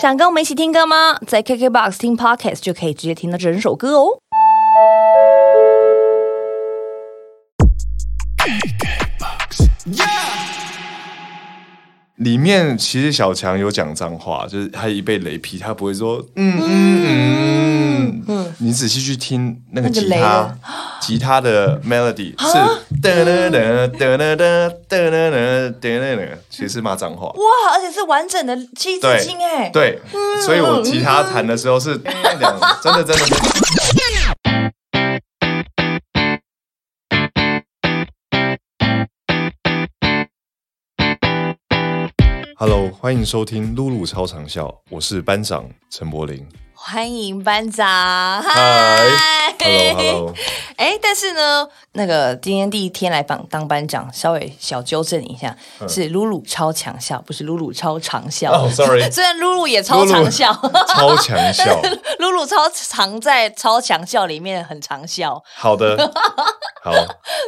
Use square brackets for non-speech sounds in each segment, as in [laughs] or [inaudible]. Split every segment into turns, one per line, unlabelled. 想跟我们一起听歌吗？在 KKBOX 听 Podcast 就可以直接听到整首歌哦。
里面其实小强有讲脏话，就是他一被雷劈，他不会说嗯嗯嗯嗯。你仔细去听那个
那个
吉
雷啊
他
哦，
吉他的 melody 是噔噔噔噔噔噔噔噔噔噔噔，其实是骂脏话。
哇，而且是完整的七字
对
经哎，，
对，所以我吉他弹的时候是
嗯
这样，真的真的。Hello，欢迎收听露露超长笑，我是班长陈柏霖。
欢迎班长，嗨
Hi，Hello，Hello，
哎，但是呢，那个今天第一天来当当班长，稍微小纠正一下，
嗯
是露露超强效，不是露露超长效。
哦，sorry
[laughs] 虽然露露也超长效，
超强笑，
[laughs] 露露超常在超强效里面很长效。
好的，好，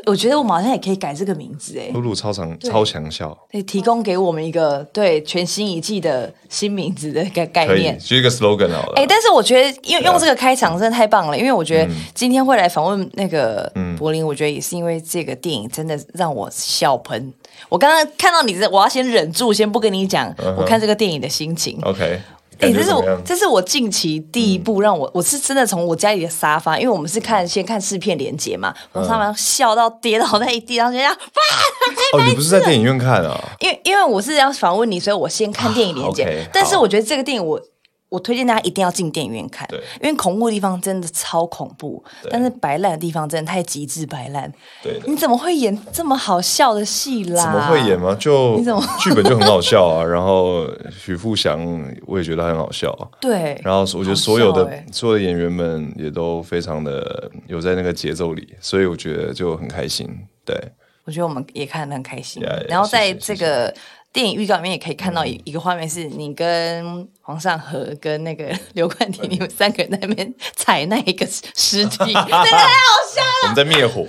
我觉得我们好像也可以改这个名字哎，
露露超长超强笑，
对，提供给我们一个对全新一季的新名字的概概
可以，
念。
就一个 slogan 好
哎、
了。
但是我觉得用
对啊嗯
用这个开场真的太棒了，因为我觉得今天会来访问那个柏林，我觉得也是因为这个电影真的让我笑喷。我刚刚看到你这，我要先忍住，先不跟你讲
嗯哼
我看这个电影的心情。
OK，
哎、
感觉
这是
怎么
我
样？嗯
这是我近期第一部让我、我是真的从我家里的沙发，因为我们是看先看试片连接嘛，
嗯
我上班笑到跌倒在地，然后人家
哦，你不是在电影院看啊？
因为因为我是要访问你，所以我先看电影连接。
啊，OK，
但是
好
我觉得这个电影我。我推荐大家一定要进电影院看
对，
因为恐怖的地方真的超恐怖，但是白烂的地方真的太极致白烂。
对的
你怎么会演这么好笑的戏啦？
怎么会演？ [laughs] 吗？就
你怎么
剧本就很好笑 [laughs] 啊，然后许富祥我也觉得他很好笑啊、
对，
然后我觉得所有
好
的、
笑欸
所有的演员们也都非常的有在那个节奏里，所以我觉得就很开心。对，
我觉得我们也看得很开心。
Yeah, yeah，
然后在
是是
这个电影预告里面也可以看到
嗯
一一个画面，是你跟黄尚和跟那个 [laughs] 刘冠廷，你们三个人在那边踩那一个尸
[laughs]
体，那个太好笑了。
我们在灭 [laughs] 火，
那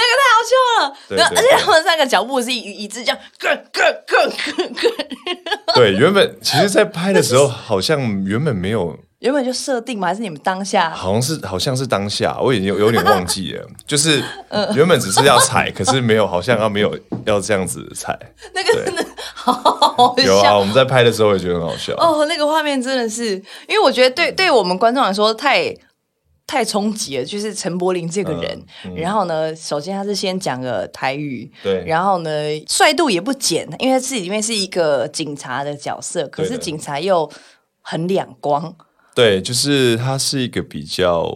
个太好笑了，
对
然后
对
而
对
且他们三个脚步是一一致这样，咯咯咯咯咯，
对，原本其实，在拍的时候好像原本没有，
原本就设定嘛，还是你们当下
好像是好像是当下，我已经有有点忘记 [laughs] 了，就是原本只是要踩，可是没有，好像要没有要这样子 [laughs] 踩，
那个
对
真的好
有啊，
笑。
我们在拍的时候也觉得很好笑，
哦，那个画面真的是，因为我觉得对
嗯
对我们观众来说太太冲击了，就是陈柏霖这个人。然后呢，首先他是先讲了台语，
嗯对
然后呢，帅度也不减，因为他自己里面是一个警察的角色，可
对
是
的
警察又很两光，
对，就是它是一个比较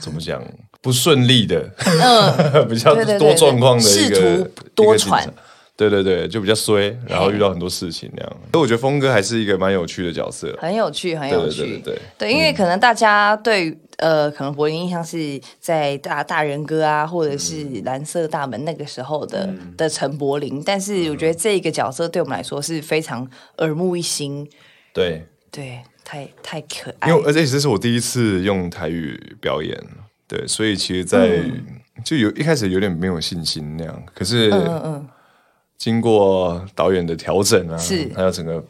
怎么讲不顺利的， [laughs] 比较
嗯对对对
多状况的
对
一个
仕途多。
一
舛
个警察对对对，就比较衰，然后遇到很多事情那样。所以我觉得峰哥还是一个蛮有趣的角色。
很有趣，很有趣，
对对对对
因为可能大家对、呃，可能柏林印象是在大大人哥啊，或者是
嗯
蓝色大门那个时候的、的陈柏霖，但是我觉
嗯
得这一个角色对我们来说是非常耳目一新，
对，
对，太太可
因
爱
为。而且这是我第一次用台语表演，对，所以其实在，
嗯
就有一开始有点没有信心那样，可是
嗯
经过导演的调整啊，
是
还有整个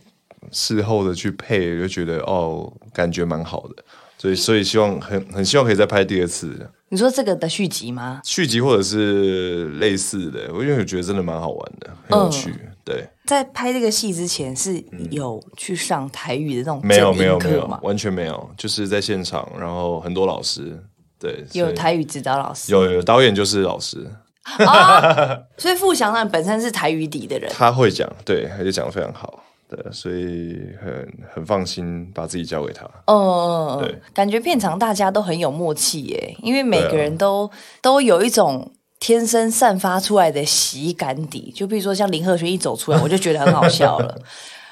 事后的去配，就觉得哦，感觉蛮好的，所以所以希望很很希望可以再拍第二次
你说这个的续集吗？
续集或者是类似的，我因为我觉得真的蛮好玩的，很有趣，
嗯
对。
在拍这个戏之前是有去上台语的那种
嗯没有
正音
没有
课
没有
吗，？
完全没有，就是在现场，然后很多老师，对，所
有
以
台语指导老师，
有有导演就是老师，
所以傅翔呢本身是台语底的人，
他会讲，对，而且讲的非常好，对，所以很很放心把自己交给他。
嗯，
对
感觉片场大家都很有默契耶，因为每
对啊
个人都、都有一种天生散发出来的喜感底，就比如说像林鹤轩一走出来，我就觉得很好笑
[laughs]
了。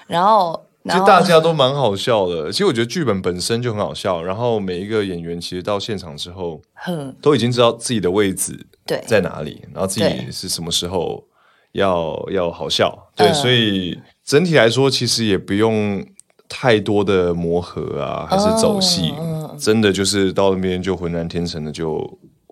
然后，然
就
后
大家都蛮好笑的，其实我觉得剧本本身就很好笑，然后每一个演员其实到现场之后，
很
都已经知道自己的位置
对
在哪里，然后自己
对
是什么时候要要好笑，对，
嗯
所以整体来说其实也不用太多的磨合
嗯
啊，还是走戏，真的就是到那边就浑然天成的就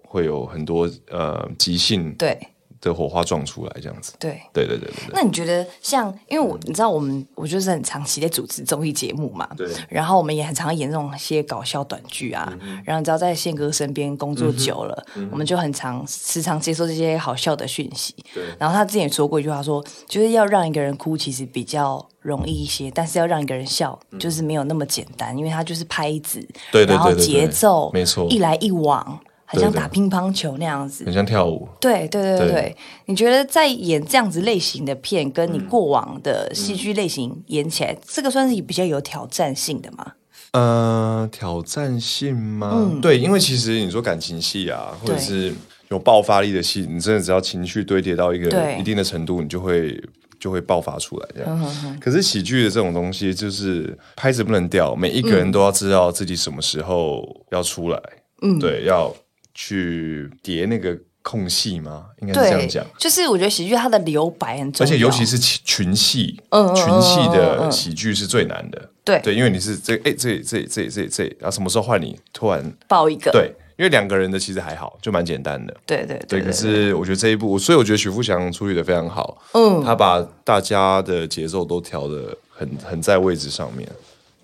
会有很多呃即兴
对
的火花撞出来，这样子。
对。
对对对对对。
那你觉得像，因为
嗯
我你知道我们我就是很长期在主持综艺节目嘛，
对嗯
然后我们也很常演这种一些搞笑短剧啊，然后你知道在宪哥身边工作久了，我们就很常时常接受这些好笑的讯息。
对
然后他之前也说过一句话说就是要让一个人哭其实比较容易一些，但是要让一个人笑就是没有那么简单，因为他就是拍子，
嗯对对
然后
对对对
节奏
没错
一来一往，很像
对对
打乒乓球那样子
很。像跳舞。
对对对对
对
对，你觉得在演这样子类型的片，跟你过往的戏剧类
嗯
型演起来，这个算是比较有挑战性的吗？
呃，挑战性吗？对，因为其实你说感情戏啊，或者
嗯对
是有爆发力的戏，你真的只要情绪堆叠到一个
对嗯
一定的程度，你就会就会爆发出来这样。可是喜剧的这种东西，就是拍子不能掉，每一个人都要知道自己什么时候要出来，嗯，对，要去叠那个空隙吗？应该是嗯这样
对
讲。，
就是我觉得喜剧它的留白很重
而
要，
且尤其是群群戏，
嗯嗯
群戏
嗯嗯
的喜剧是最难的。
对
对，因为你是这哎、这里这里这里这里这里，然后什么时候换你，突然
爆一个，
对，因为两个人的其实还好，就蛮简单的。
对呃对
对，可是我觉得这一部，所以我觉得许富祥处理的非常好。
嗯
他把大家的节奏都调的很很在位置上面。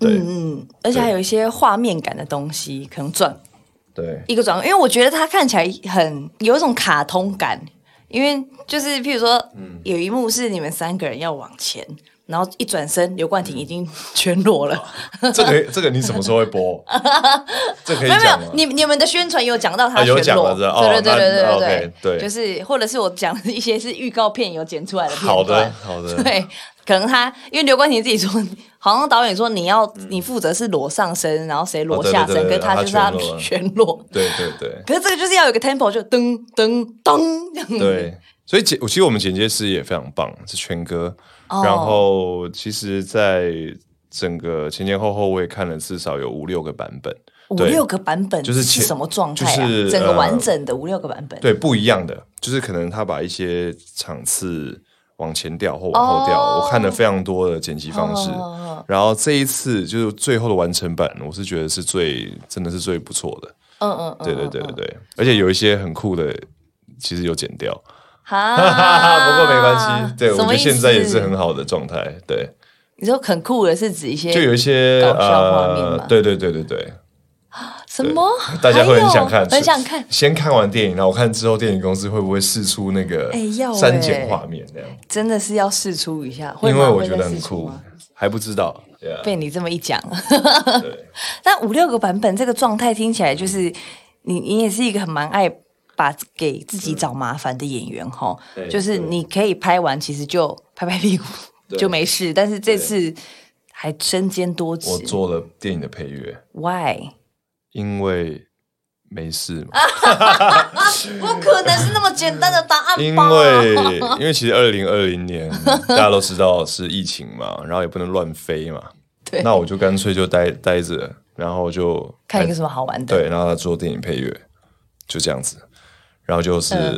对、
嗯而且还有一些画面感的东西，可能转
对，
一个转，因为我觉得它看起来很有一种卡通感，因为就是譬如说，
嗯
有一幕是你们三个人要往前，然后一转身，刘冠廷已经全裸了。
这个这个你什么时候
[laughs]
会播？这可
没
以
有没
讲
有
吗，？
你你们的宣传有讲到他
啊
全
有讲
裸，
了是吧
对对
哦
对对
那
对对
那 OK，对
就是或者是我讲的一些是预告片有剪出来的片段
好的好的
对，可能他因为刘冠廷自己说，好像导演说你要你负责是裸上身，然后谁裸
嗯哦对
下身，
对对对
可是他就是
他
他
全裸了
全裸。
对对对。
可是这个就是要有一个 tempo，就噔噔噔这 [laughs] 样子。
对，所以剪，我其实我们剪接师也非常棒，是全哥。
哦
然后其实，在整个前前后后，我也看了至少有五六个版本，
五
对
六个版本
就是
是
前
什么状态啊？
就是
整个
呃
完整的五六个版本。
对不一样的，就是可能他把一些场次往前调或往后调，
哦
我看了非常多的剪辑方式。
哦
然后这一次就是最后的完成版，我是觉得是最真的是最不错的，
嗯嗯
[laughs]
嗯，
对对对对对，而且有一些很酷的，其实有剪掉，
哈，
不过没关系，对我
啊什
觉
么
得
意思
现在也是很好的状态，对。
你说很酷的是指一些
就有一些
搞笑画面吗
呃，对对对对对，
什么？
大家会很想
还
看
有，很想看。
先看完电影，然后看之后电影公司会不会试出那个
哎要哎
删减画面那样，
真的是要试出一下，会
因
吗
为我觉得
会再
很
试出
酷
吗，
还不知道。对啊
被你这么一讲，
对
[laughs] 那五六个版本这个状态听起来就是你，你也是一个很蛮爱把给自己找麻烦的演员哈。
对
就是你可以拍完，其实就拍拍屁股
对
就没事，但是这次还身兼多职
我做了电影的配乐，
，Why？
因为没事嘛，
啊不可能是那么简单的答案吧？
因为因为其实二零二
[laughs]
零年大家都知道是疫情嘛，然后也不能乱飞嘛，
对
那我就干脆就待待着，然后就
看有什么好玩的。
对，然后他做电影配乐，就这样子，然后就是、
呃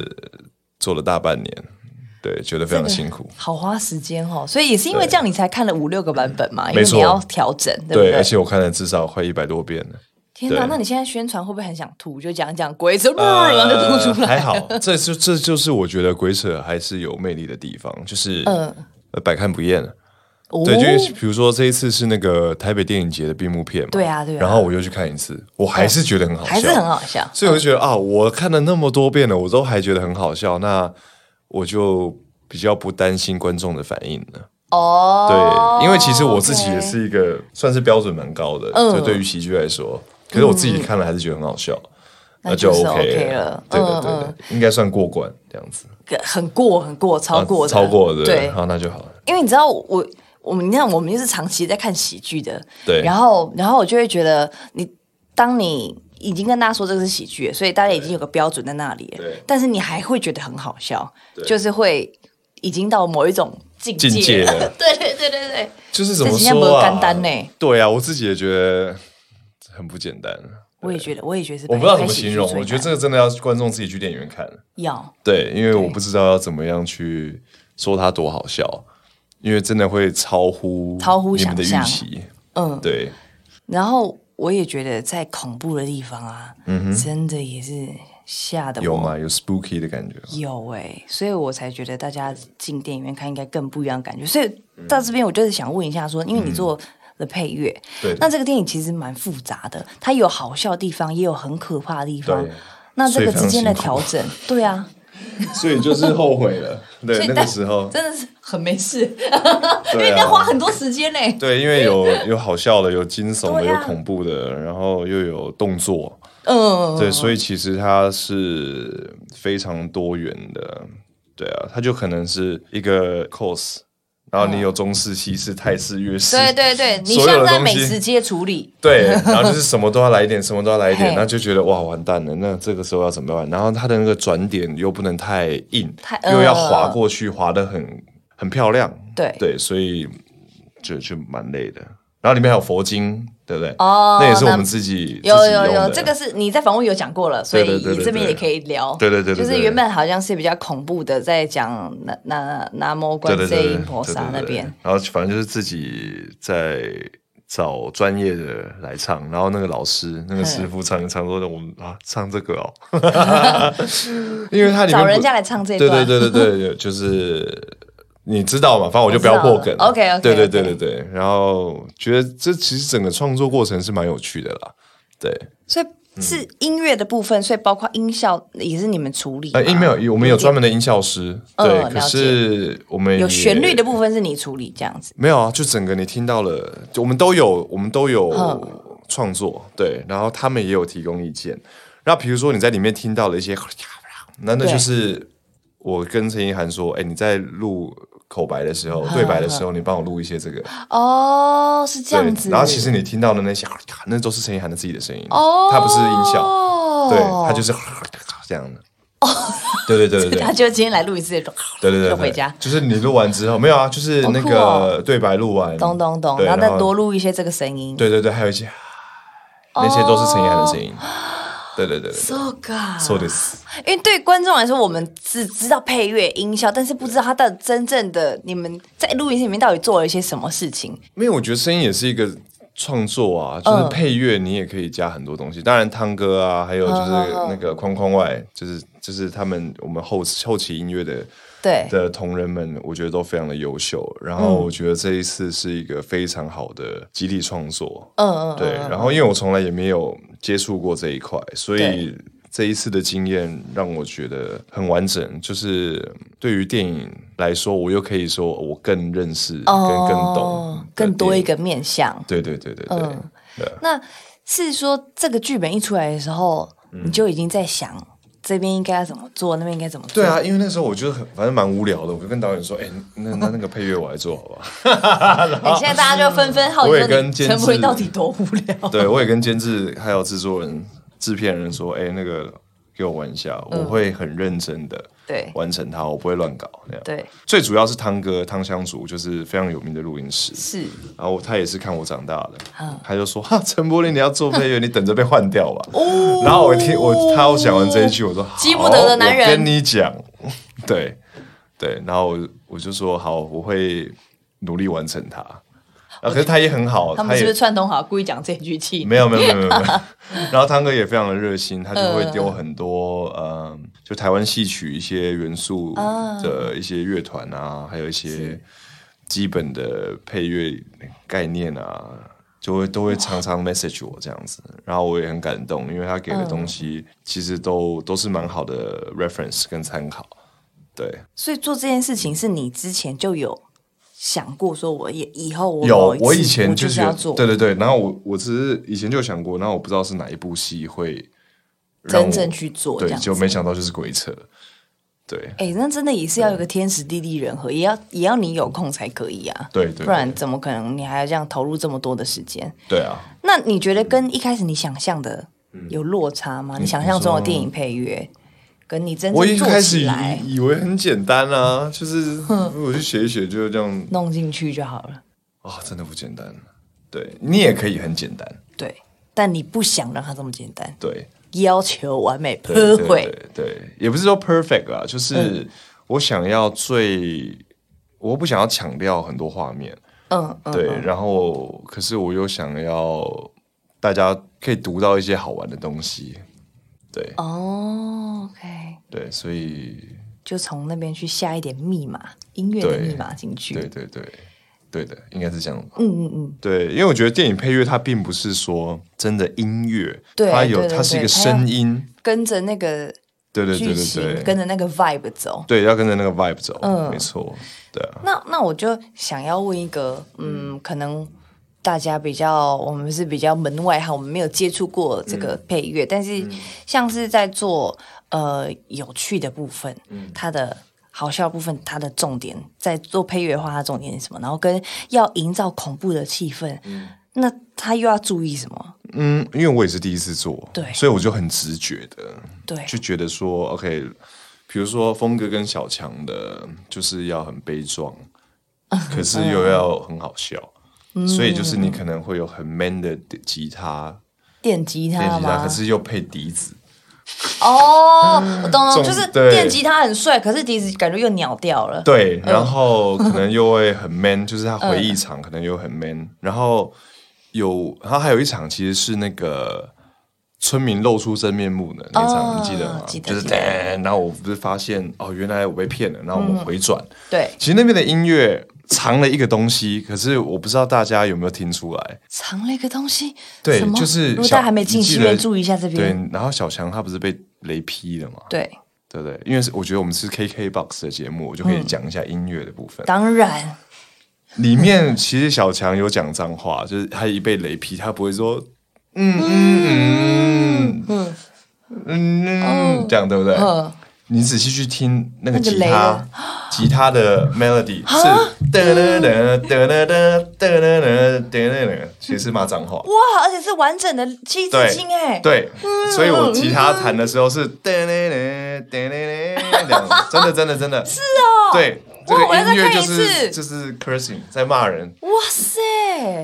做了大半年，对，觉得非常辛苦，
好花时间哦，所以也是因为这样，你才看了五六个版本嘛，因为
没错
你要调整，对不
对，而且我看了至少快一百多遍了，
天哪，
对
那你现在宣传会不会很想吐？就讲一讲鬼子，啊
呃
然后就吐出来。
还好，这就这就是我觉得鬼扯还是有魅力的地方，就是
嗯
呃百看不厌。
哦
对，就因为比如说这一次是那个台北电影节的闭幕片嘛，
对啊对啊
然后我又去看一次，我还是觉得很好笑，
还是很好笑。
所以我就觉得啊，我看了那么多遍了，我都还觉得很好笑，那我就比较不担心观众的反应了。
哦，
对，因为其实我自己也
OK
是一个算是标准蛮高的，
嗯
就对于喜剧来说，可是我自己看了还是觉得很好笑，
那
就
就是 OK
了
了。
对对
嗯
对对，应该算过关这样子，
很过很过超过
啊
的
超过的，
对，
好，那就好了。
因为你知道我我们那我们就是长期在看喜剧的，
对
然后然后我就会觉得你当你。已经跟大家说这个是喜剧了，所以大家已经有个标准在那里了
对。
但是你还会觉得很好笑，就是会已经到某一种境界。
境界了
[laughs] 对对对对对，
就是怎么
这真的不
说啊？
简单呢
对啊，我自己也觉得很不简单。
我也觉得，我也觉得是。
我不知道怎么形容
拍，哎喜剧最
我觉
难
得这个真的要观众自己去电影院看。
要
对，因为我不知道要怎么样去说它多好笑，因为真的会超乎
超乎
你们的
想象
预期。
嗯，
对，
然后我也觉得在恐怖的地方啊，真的也是吓得我
嗯有吗？有 spooky 的感觉吗？
有哎、所以我才觉得大家进电影院看应该更不一样的
嗯
感觉。所以到这边，我就是想问一下说，因为你做了配乐，
对对
那这个电影其实蛮复杂的，它有好笑的地方，也有很可怕的地方
对。
那这个
所以非常
之间的
辛苦
调整，对啊，
所以就是后悔了。 [laughs] 对
所，以
那
大
个时候，
真的是很没事， [laughs] 因为
对
要
啊，
花很多时间欸嘞。
对，因为有有好笑的，有惊悚的，
对
有
啊
恐怖的，然后又有动作，
嗯，
对，所以其实它是非常多元的。对啊，它就可能是一个 cos，然后你有中式、西式、泰式、粤式，
对对对，你
啊所有
像
的
在
东
美
西
食街处理，
[laughs] 对，然后就是什么都要来一点，什么都要来一点，
嘿
然后就觉得哇完蛋了，那这个时候要怎么办？然后它的那个转点又不能太硬，
太
又要
呃
滑过去，滑得很很漂亮，
对
对，所以就就蛮累的。然后里面还有佛经，对不对？
哦
那也是我
那
们自己
有
自己
有
用
有，
的
这个是你在访问有讲过了，所以
对对对对
你这边也可以聊。
对对对对对
就是原本好像是比较恐怖的，在讲南南南无观
对对
世
对对
音菩萨那
对对对
边。
然后反正就是自己在找专业的来唱，然后那个老师那个师傅唱一唱说我们啊唱这个哦， [laughs] 因为他里面
找
不
人家来唱这一
对
段，
对对对对，就是。你知道嘛？反正我就不要破梗了。
我知道了 OK，OK，OK
对对对对对。然后觉得这其实整个创作过程是蛮有趣的啦。对，
所
嗯
以是音乐的部分，所以包括音效也是你们处嗯啊理吗。
呃，因没有，我们有专门的音效师。
嗯
对
了，解
可是我们
有旋律
也
的部分是你处理这样子。
没有啊，就整个你听到了，就我们都有，我们都
嗯
有创作，对，然后他们也有提供意见。那比如说你在里面听到了一些，那那
对
就是我跟陈意涵说，哎，你在录口白的时
嗯
候、对白的时候，你帮我录一些这个，
哦，是这样子。
对。然后其实你听到的那些，那都是陈意涵的自己的声音，
哦，
它不是音效，对，它就是是这样的。
哦
对对对对对，
[laughs] 他就今天来录一次这种，
对对对，
就
对
回家。
就是你录完之后没有啊，就是
好
那
酷
个、
哦
对白录完，
咚咚咚，
对
然后
然
再
后
多录一些这个声音。
对对对，还有一些那些都是陈意涵的声音。对对对对对，
，so god，
そうです。
因为对观众来说，我们只知道配乐、音效，但是不知道他到底真正的你们在录音室里面到底做了一些什么事情。
因为我觉得声音也是一个创作啊，就是配乐你也可以加很多东西。当然，汤哥啊，还有就是那个框框外，就是就是他们我们后后期音乐的
对，
的同仁们，我觉得都非常的优秀。然后我觉得这一次是一个非常好的集体创作，
嗯嗯，
对。然后因为我从来也没有接触过这一块，所以
对
这一次的经验让我觉得很完整。就是对于电影来说，我又可以说我更认识、
嗯
跟更懂
哦、更多一
个。
个嗯面向。
对对对对对，对
那是说这个剧本一出来的时候，你就已经在想这边应该要怎么做，那边应该怎么做。
对啊，因为那时候我就很反正蛮无聊的，我就跟导演说：“哎、那那那个配乐我来做好 [laughs] 吧。”
哎，现在大家就纷 [laughs] 纷好奇
我
说
也跟
你
监
陈柏霖
制
到底多无聊？
对，我也跟监制还有制作人、制片人说，哎、那个给我玩一下，我会很认真的
嗯对
完成它，我不会乱搞那样。
[laughs] 对，
最主要是汤哥汤香竹就是非常有名的录音师，
是
然后他也是看我长大的，
嗯
他就说哈，陈柏霖你要做配乐，你等着被换掉吧。然后我听我他我讲完这一句，
[laughs]
我说
激不得哦的男人
好我跟你讲， [laughs] 对对，然后我我就说好，我会努力完成它。啊，可是他也很好，
他们
也
是不是串通好故意讲这句气？
没有没有没
[laughs]
有没有。没有然后汤哥也非常的热心，他就会
嗯
丢很多呃，就台湾戏曲一些元素
啊
的一些乐团啊，还有一些基本的配乐概念啊，就会都会常常 message 我这样子。然后我也很感动，因为他给的东西
嗯
其实都都是蛮好的 reference 跟参考。对，
所以做这件事情是你之前就有想过，说我也以后我某
有
一，次
我以前
我
就
就是是
有
要做，
对对对，然后我我只是以前就想过，然后我不知道是哪一部戏会让
真正
我
去做这
对，
样
就
子。
没想到就是鬼扯，对
哎、那真的也是要有个天时地利人和，也要也要你有空才可以啊，
对对
不然怎么可能你还要这样投入这么多的时间？
对啊，
那你觉得跟一开始你想象的
嗯
有落差吗？你想象中的
你说
电影配乐，跟你真
我一
正做
开始
起来
以以为很简单啊，就是我去写一写就这样
弄进去就好了，
啊、真的不简单。对你也可以很简单，
对。但你不想让它这么简单，
对，
要求完美、
对对
perfect，
对对，也不是说 perfect 啦，
嗯
就是我想要最，我不想要强调很多画面，
嗯嗯，
对，然后可是我又想要大家可以读到一些好玩的东西，对
哦，OK，
对，所以
就从那边去下一点密码，音乐的
对
密码进去。
对对对对的，应该是这样吧。
嗯嗯嗯，
对，因为我觉得电影配乐它并不是说真的音乐，
对
它
对
有
对
它是一
对
个
它要
声音，
跟着那个
对对对
剧
对
情，
对，
跟着那个 vibe 走。
对要跟着那个 vibe 走，
嗯
没错，对啊，
那那我就想要问一个，嗯，可能大家比较，我们是比较门外汉，我们没有接触过这个
嗯
配乐，但是像是在做呃有趣的部分，
嗯
它的。好笑的部分，它的重点在做配乐的话，它重点是什么？然后跟要营造恐怖的气氛，那他又要注意什么？
嗯，因为我也是第一次做，
对
所以我就很直觉的，
对
就觉得说，OK，比如说峰哥跟小强的，就是要很悲壮，
[laughs]
可是又要很好笑，
嗯
所以就是你可能会有很 man 的吉他，
电吉
电
他
吉他，
吗
可？是又配笛子，
哦，我懂了，
嗯重
就是
对
电吉他很帅，可是笛子感觉又鸟掉了。
对，然后可
[laughs]
能又会很 man，就是他回忆
嗯
场可能又很 man，然后有，然后还有一场其实是那个村民露出真面目的那一场，
哦
你记得吗？
记得
就是
记得
然后我不是发现哦，原来我被骗了，然后我
嗯
们回转，
对，
其实那边的音乐藏了一个东西，可是我不知道大家有没有听出来。
藏了一个东西，
对
什，么
就是
如果
小
大家还没进
你记
戏
得
院，注意一下这边。
对，然后小强他不是被雷劈了嘛？
对，
对不对？因为是我觉得我们是 KKBOX 的节目，我就可以
嗯
讲一下音乐的部分。
当然，
里面其实小强有讲脏话，就是他一被雷劈，他不会说嗯嗯嗯嗯嗯这样，对不对？你仔细去听那个
那个
吉
雷
他
了，
吉他的 melody 是噔噔噔噔噔噔噔噔噔噔，其实是骂脏话。
哇，而且是完整的七字
对
经哎，，
对，所以我吉他弹的时候是噔噔噔噔噔噔，这样真的真的真的，是哦，对，这
哇我要
个
再
音乐
看
就
一次
是就是 cursing 在骂人，
哇塞，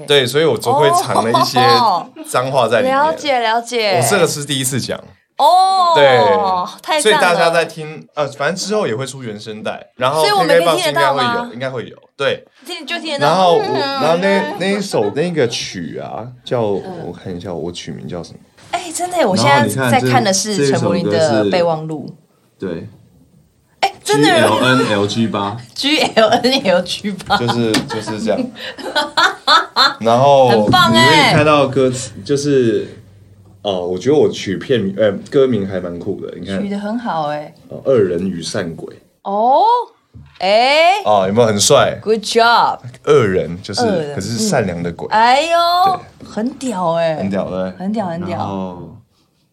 对，所以我总会藏了一些
哦
脏话在里面。
了解了解，
我这个是第一次讲，
哦，
对，
太
所以大家
赞
在
了，
听，呃，反正之后也会出原声带，然后
所以我
KK
们可以
Box
听得
应该
到
会
吗嗯
有，应该会有，对。
听就听得到。
然后我，然后那那一首那个曲啊，叫我看一下，我曲名叫什么？
哎，真的耶，我现
然后
在
你看
在
这
看的
这
是
一
陈柏霖
首歌
的
是
《备忘录
对》，
哎，真的有
N L G 八，
G L N L G 吧？
就是就是
[laughs]
这样。然后
很棒
你
欸
会看到歌词，就是哦，我觉得我曲片名，呃，歌名还蛮酷的，你看
取。得很好哎，
哦恶人与善鬼
哦，哎
哦，有没有很帅？
，Good job。
恶人就是
恶人
可是善良的鬼，
哎呦，很屌哎、
很屌的，
很屌很屌
哦，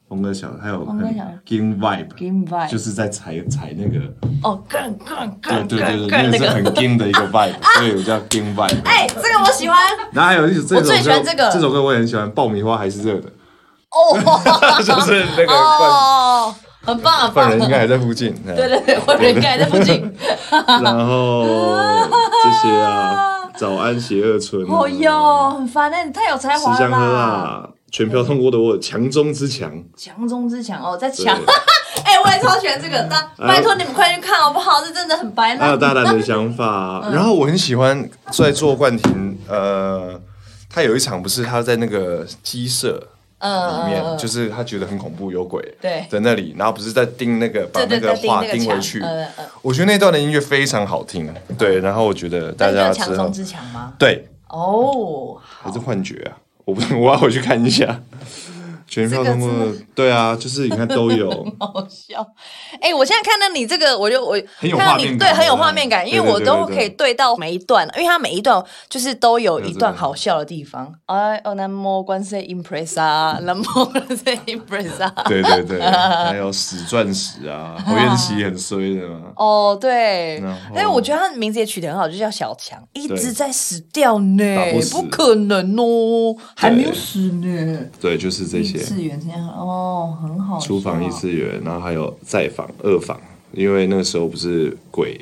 红哥小还有
哥小
Game Vibe。
，Game Vibe
就是在踩踩那个，
哦，干干
对
干干
对对对，
干
那
那
个是
[laughs] 个，
很 game 的一个 vibe，所以我叫 game vibe。
哎、这个我喜
[laughs]
欢
然后还有一首这首歌，
最喜欢这个
这首歌我也很喜欢，爆米花还是热的，
哦
[laughs] 就是
[laughs]
那个犯
哦，很棒很
犯人
棒，
应该还在附近，对
对对对，会人盖在附近，
[laughs] 然
[laughs]
后这些啊，早安邪恶村啊，
哦哟，很烦哎、你太有才华
吃
了
香喝
啦，
辣，全票通过的我，强中之强。
强中之强哦，在
对嗯
强。 [laughs] 哎、我也超喜欢这个，但拜托你们快去看好不好？这真的很白
还有
烂。
大胆的想法。然后我很喜欢在做冠廷，呃，他有一场不是他在那个鸡舍。
嗯
里面就是他觉得很恐怖，有鬼，
对
在那里，然后不是在钉那个，把
对
那
对
个
在钉
画
那个
钉回
墙
去
嗯嗯。
我觉得那段的音乐非常好听，对。然后我觉得大
那
家
叫
哦之
强
后
中，之强吗？
对，
哦，
还是幻觉啊？我不，我要回去看一下。全票通过
这个，
的，对啊，就是你看都有
好笑。哎、我现在看到你这个，我就我
很有
看到
画
你
面感
对很有
对不对
画面感，因为
对对
我
对
都
对
可以
对
对到每一段，因为它每一段就是都有一
对
段
对对
好笑的地方。哎，哦，南无观世音菩萨，南无观世音菩萨。
[laughs] 对对对，还有死钻
[laughs]
石啊，侯彦西很衰的嘛，
哦，对
然后，
但是我觉得他的名字也取得很好，就叫小强，一
对
直在死掉呢
打不，死
不可能哦，还没有死呢。
对，就是这些。
次元这样哦，很好笑。
厨房异次元，然后还有再访、二访，因为那个时候不是鬼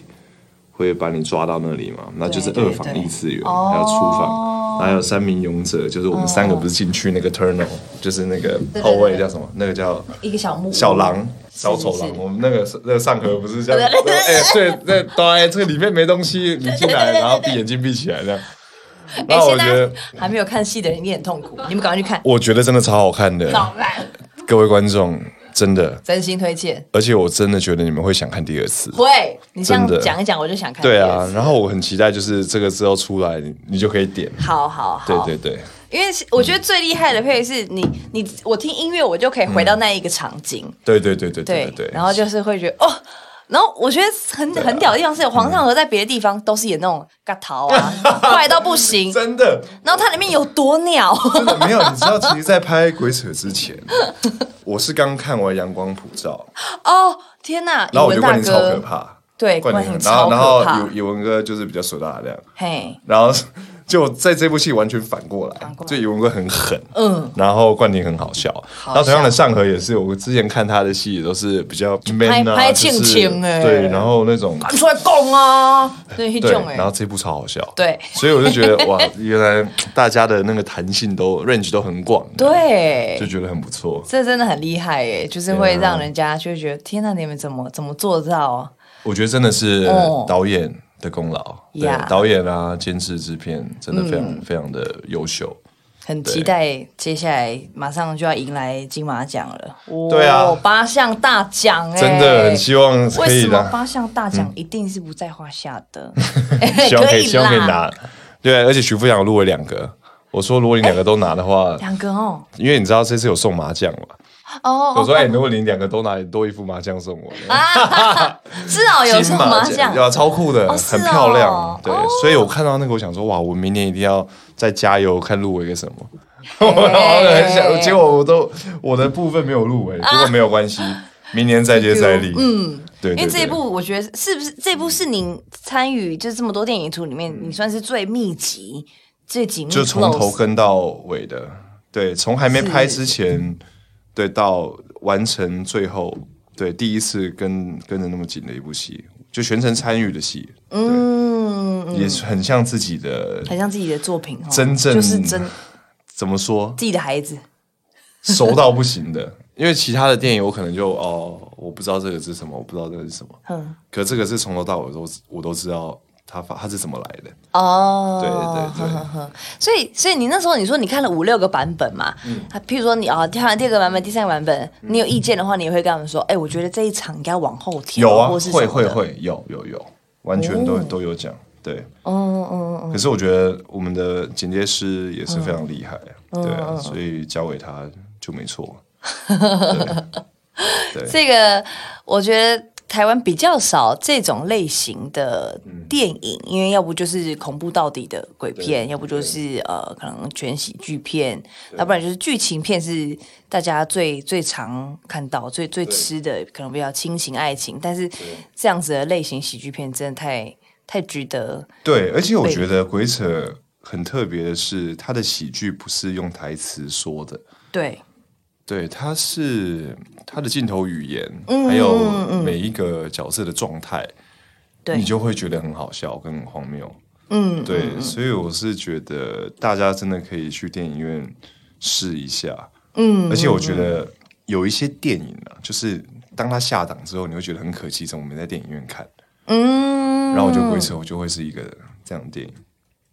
会把你抓到那里嘛，那就是
对
二
对
访
对
异次元，
哦
还有厨房，还有三名勇者，就是我们三个不是进去那个 tunnel，就是那个
对对
后卫
对
叫什么？那个叫
一个小木屋
小狼。小
是
丑
是
狼，我们那个那个上河不是
[laughs]
叫
对
哎
对对，
对对，当然这个里面没东西，你进来，然后闭眼睛闭起来这样。然
哎，
后
现
我觉
在
得，
还
[laughs]
没有看戏的人一定很痛苦，你们赶快去看。
我觉得真的超好看的，
老烂，
各位观众，真的，
真心推荐。
而且我真的觉得你们会想看第二次。
会，你这样
真的
讲一讲，我就想看第
对
二
啊
次。，
然后我很期待，就是这个之后出来，你你就可以点。
好好
对
好，
对对，
因为我觉得最厉害的配是你，你我听音乐，我就可以回到那一个场景，
对对对对
对
嗯对对。
然后就是会觉得哦。然后我觉得很、
对啊
很屌的地方是，黄尚和在别的地方都是演那种嘎桃
[laughs]
啊，坏到不行。
真的，
然后它里面有多鸟， [laughs]
真的没有，你知道，其实，在拍《鬼扯》之前， [laughs] 我是刚看完《阳光普照
哦天哪！》，宇
然后我
文
就
大
冠霖超可
哥，
怕，
对
冠霖
冠
很，
霖
然后然
超可怕
后宇宇文哥就是比较手大量，
嘿，
然后就在这部戏完全反过来，
过来
就宇文哥很狠，
嗯，
然后冠霖很好笑，
好笑
然后同样的上河也是，我之前看他的戏也都是比较 man 啊，
拍
就是
庆庆欸
对，然后那种
出来拱啊，对，去
对
种，哎
然，后这部超好笑，
对
所以我就觉
[laughs]
得哇，原来大家的那个弹性都 range 都很广，，
对
就，觉得很不错。
这真的很厉害耶，就是会让人家就会觉得天哪，你们怎么怎么做到啊？
我觉得真的是
哦
导演的功劳，对
Yeah，嗯
导演啊，监制、制片，真的非常、非常的优秀。
很期待接下来马上就要迎来金马奖了，哇
对啊
八项大奖哎，
真的很希望可
为
以
什么
拿，
八项大奖一定是不在话下
[laughs]
的？ [laughs]
希望
可以啦
希望可以拿。对，而且徐富阳入围两个，我说如果你两个都拿的话，
两个哦，
因为你知道这次有送麻将嘛，
哦，
我说哎、如果你两个都拿，你多一副麻将送我，
至少有
金
送麻
将
将
对，啊，超酷的，
哦是
很漂亮。
哦
对，
哦
所以我看到那个，我想说哇，我明年一定要再加油，看入围个什么。
我
[laughs] 我很想，结果我都我的部分没有入围，不过没有关系，明年再接再厉。嗯，对，
因为
对
这一
对
部，我觉得是不是这部是您参与就是这么多电影组里面，你算是最密集、最紧密，
就从头跟到尾的，对，从还没拍之前，对，到完成最后，对，第一次跟跟着那么紧的一部戏，就全程参与的戏，
嗯，
也是很像自己的，
很像自己的作品哦，
真正
就是真
怎么说，
自己的孩子，
熟到不行的。 [laughs] 因为其他的电影我可能就哦，我不知道这个是什么，我不知道这个是什么。
嗯，
可这个是从头到尾都我都知道它发它是怎么来的。
哦，
对对
呵
对
呵呵所以所以你那时候你说你看了五六个版本嘛，
嗯
啊，譬如说你啊，看完第二个版本、第三个版本，你有意见的话，你也会跟他们说，哎，我觉得这一场应该往后调，
有啊，
或是什
会
么
会
的，哦
会有有有，完全都、都有讲。对，
嗯嗯嗯，
可是我觉得我们的剪接师也是非常厉害，
嗯
对啊，所以交给他就没错。
[laughs] 这个我觉得。台湾比较少这种类型的电影，因为要不就是恐怖到底的鬼片，要不就是呃可能全喜剧片，要不然就是剧情片是大家最最常看到、最最吃的，可能比较亲情爱情。但是这样子的类型喜剧片真的太太值得，
对，而且我觉得鬼扯很特别的是，他的喜剧不是用台词说的，
对
对，他是他的镜头语言，
嗯
还有每一个角色的状态，
对
你就会觉得很好笑跟很荒谬。嗯，对，所以我是觉得大家真的可以去电影院试一下。嗯，而且我觉得有一些电影啊，就是当它下档之后，你会觉得很可惜，怎么没在电影院看？嗯，然后我就回首，我就会是一个这样的电影。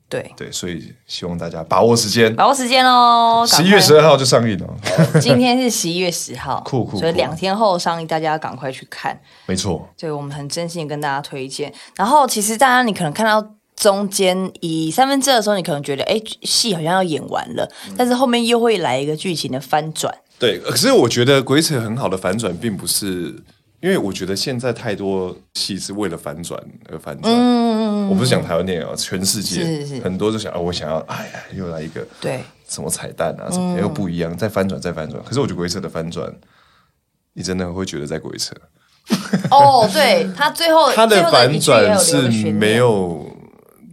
对。
对，所以希望大家把握时间，
把握时间喽，赶
十
快
一月十二号就上映了。
今天是十一月十号，
酷酷
所以
酷
两天后上映，大家要赶快去看。
没错，
对我们很真心地跟大家推荐。然后其实大家你可能看到中间以三分之二的时候，你可能觉得哎戏好像要演完了，
嗯
但是后面又会来一个剧情的翻转。
对，呃可是我觉得鬼扯很好的反转，并不是因为我觉得现在太多戏是为了反转而反转。嗯我不是讲台湾电影啊，全世界
是是
很多就想啊，我想要，哎呀，又来一个
对，嗯
什么彩蛋啊，什么、又不一样，再翻转再翻转。可是我觉得鬼扯的翻转，你真的会觉得在鬼扯，
哦，对他最后
它
最后的
反
一句也有
转
留
是
个悬念
没。有。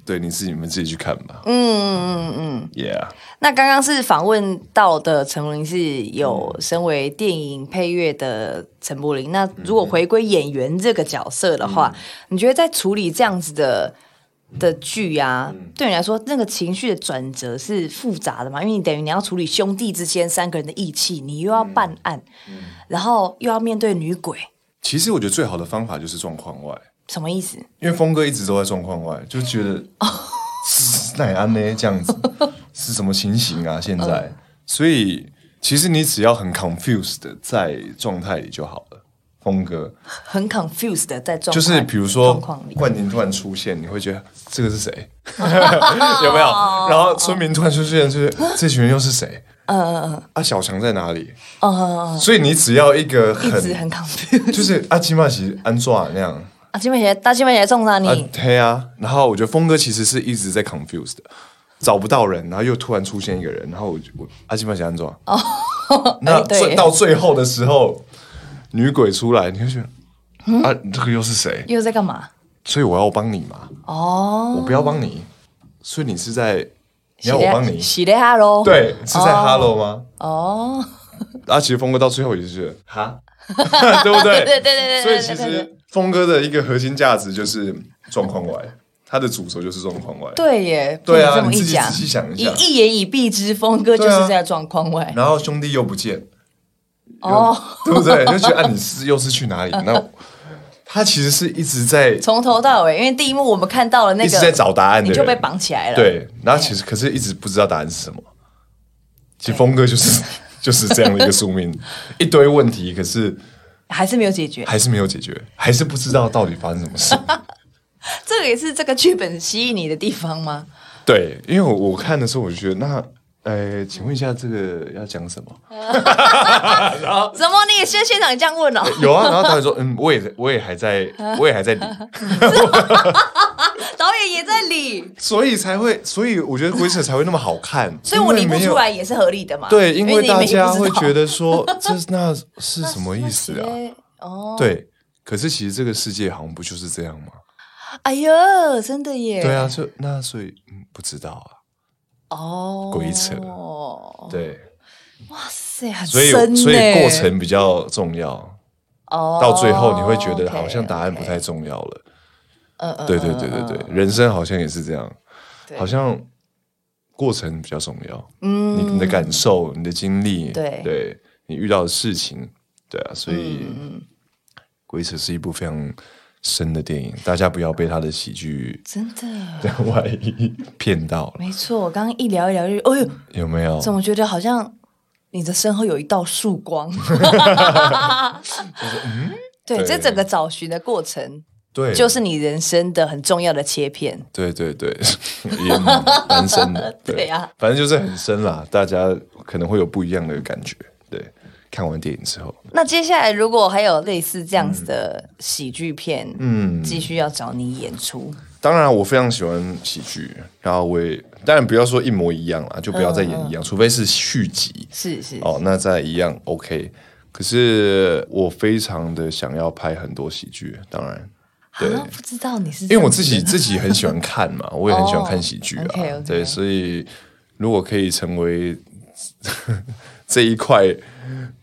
对，你自己你们自己去看吧。嗯嗯嗯嗯，Yeah，
那刚刚是访问到的陈柏霖是有身为电影配乐的陈柏霖，那如果回归演员这个角色的
嗯
话，你觉得在处理这样子的？的剧啊，
嗯
对你来说，那个情绪的转折是复杂的嘛？因为你等于你要处理兄弟之间三个人的义气，你又要办案，
嗯
然后又要面对女鬼，
其实我觉得最好的方法就是状况外。
什么意思？
因为峰哥一直都在状况外，就觉得
哦 [laughs] 嗯
是是奈安呢这样子是什么情形啊？现在，所以其实你只要很 confused 的在状态里就好了。峰哥
很 confused 的在状态
就是比如说
状况里，
冠廷突然出现，你会觉得这个是谁？
[laughs]
有没有？
哦
然后村民突然出现，就是这群人又是谁？嗯嗯嗯。啊，小强在哪里？哦。所以你只要一个
嗯一直
很
很 confused
就是阿基玛奇安抓那样。
啊，金美姐，大金美姐送上
啊
你，，
对啊。然后我觉得峰哥其实是一直在 confused，的找不到人，然后又突然出现一个人，然后我就我阿基玛想安装。哦， [laughs] 那
哎对
最到最后的时候，女鬼出来，你会觉得、啊，这个又是谁？
又在干嘛？
所以我要帮你嘛，
哦，
我不要帮你，所以你是在你要我帮你，
洗了哈喽，，
对，是在 hello 吗？ [laughs]
哦，
啊，其实峰哥到最后也是觉得哈， [laughs] 对不
[laughs]
对？
对对对对对
所以其
对对
实峰哥的一个核心价值就是状况外，他的主轴就是状况外。
对耶，
对啊
被你这么
你自
一
己
讲，
仔细想一
一
下
一言以蔽之，峰哥就
对啊啊
是在状况外，
然后兄弟又不见，
哦，
对不对？就觉得啊，你是又是去哪里？那他其实是一直在
从头到尾，因为第一幕我们看到了那
一直在
个，
找答案的
你
人，
就被绑起来了，，
对，然后其实可是一直不知道答案是什么。其实峰哥就是 [laughs] 就是这样的一个宿命，一堆问题，可是
还是没有解决，
还是没有解决，还是不知道到底发生什么事。
这个也是这个剧本吸引你的地方吗？
对，因为我我看的时候，我就觉得那，呃，请问一下，这个要讲什么？
哦怎么你也现现场这样问哦？
[laughs] 有啊，然后导演说，嗯，我也我也还在，我也
[laughs]
还在理，
导演也在理，
所以才会，所以我觉得鬼扯才会那么好看，
所以我理
因为
不
没有
出来也是合理的嘛，
对，因为
你
大
们也
家
不知
会
道
觉得说， [laughs] 这那是什么意思啊？
[laughs] 那些哦，
对，可是其实这个世界好像不就是这样吗？
哎呦，真的耶！
对啊，，就那所以、嗯、不知道啊，
哦，
鬼扯对，
哇塞，很
所以
哦深
所以
呢
过程比较重要，
哦，
到最后你会觉得
OK，
好像答案不太重要了。
嗯嗯，
对对对对对，人生好像也是这样，
对
好像过程比较重要。嗯，你你的感受、你的经历，
嗯对嗯
对你遇到的事情，对啊，所以《鬼扯》是一部非常深的电影，大家不要被他的喜剧 [laughs]
真的
的外衣骗到了，
没错。我刚刚一聊一聊就，哎呦，
有没有？
怎么觉得好像你的身后有一道曙
[laughs]
光？ [laughs] 对，
嗯对
这整个找寻的过程，
对，
就是你人生的很重要的切片。
对对对， [laughs] 也蛮
[laughs]
深的。
对啊，
反正就是很深啦，大家可能会有不一样的感觉。对，看完电影之后，
那接下来如果还有类似这样子的喜剧片，嗯，继续要找你演出，
当然，我非常喜欢喜剧，然后我也当然不要说一模一样啦，就不要再演一
嗯
样，除非是续集
是是
哦，那再一样 OK。可是我非常的想要拍很多喜剧，当然，
啊，不知道你是
因为我自己自己很喜欢
[laughs]
看嘛，我也很喜欢看喜剧啊，
哦 OK，OK
对，所以如果可以成为这一块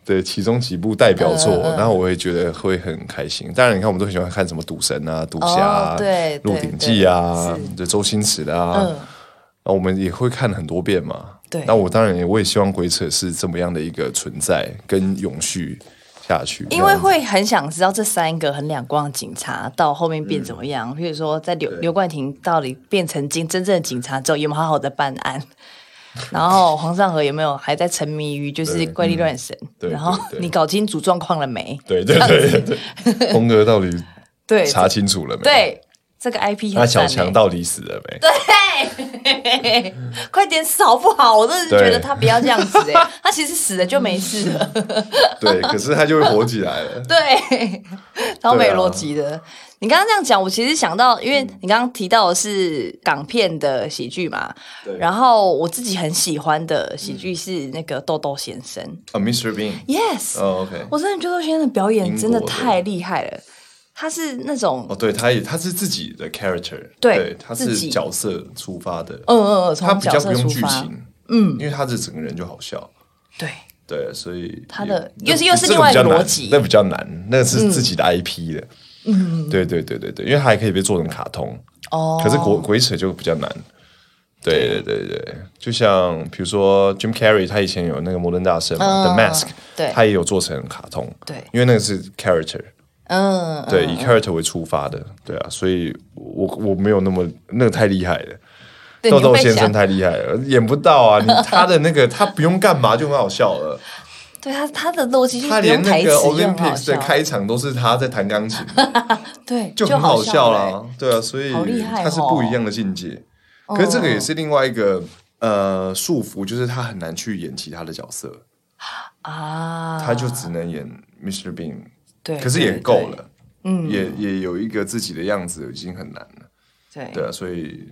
的其中几部代表
嗯
作，然后我会觉得会很开心。当然，你看我们都很喜欢看什么《赌神》啊、《赌侠》
哦
啊、
对
鹿
对
鼎
对嗯
记》啊，对周星驰的啊，那我们也会看很多遍嘛。
对
那我当然也我也希望鬼扯是这么样的一个存在跟永续下去，
因为会很想知道这三个很两光的警察到后面变怎么
嗯
样，比如说在刘刘冠廷到底变成真真正的警察之后，有没有好好的办
[laughs]
案？然后黄尚和有没有还在沉迷于就是怪力乱神？
嗯对
然后
对对
你搞清楚状况了没？
对对
[laughs]
对对对，峰哥到底
对
查清楚了没？
对，这个 IP
那
很
小
赞欸
强到底死了没？
对，快点扫不好，我真的是
对
觉得他不要这样子
[laughs]
哎，他其实死了就没事了。
对，可是他就会火起来
[laughs]
了。 [laughs]
对，
啊
超没逻辑的。你刚刚这样讲，我其实想到，因为
嗯
你刚刚提到的是港片的喜剧嘛，
对嗯
然后我自己很喜欢的喜剧是那个豆豆先生、
啊，Mr. Bean，
y e s
哦，OK，
我真的觉得豆先生的表演真的
英国的
太厉害了，他是那种
哦，对，他也他是自己的 character，
对
他
自
是
己
角色出发的，
嗯嗯嗯，
他
从
比
角
较不
色
用
出
剧
发，
情，嗯，因为他的整个人就好笑，
对。
对，所以
他的
也
又是又是
这
另外一个
比较难
逻辑嗯
那比较难，那是自己的 IP 的，嗯，对对对对对，因为它还可以被做成卡通，
哦，
可是鬼鬼扯就比较难。对对对对，就像比如说 Jim Carrey，他以前有那个《摩登大圣》嘛，
嗯
The Mask》，
对
他也有做成卡通，
对
因为那个是 character，
嗯，
对，以 character 为出发的，对啊，所以我我没有那么那个太厉害了，
对
豆
你
豆
会
先生
想
太厉害了，演不
[laughs]
到啊！你他的那个他不用干嘛就很好笑了，
对他他的逻辑就是
他
不
连
用
那
台词
个
就很好
Olympics 的
笑，
开场都是他在弹钢
[laughs]
琴，
对，
就
就
很好笑
了欸。
啦。对啊，所以
好厉害哦哦
他是不一样的境界。可是这个也是另外一个呃束缚，就是他很难去演其他的角色，
啊，
他就只能演 Mr. Bean，
对，
可是也
对
够，了，嗯，也也有一个自己的样子，已经很难了。
对对
对啊，所以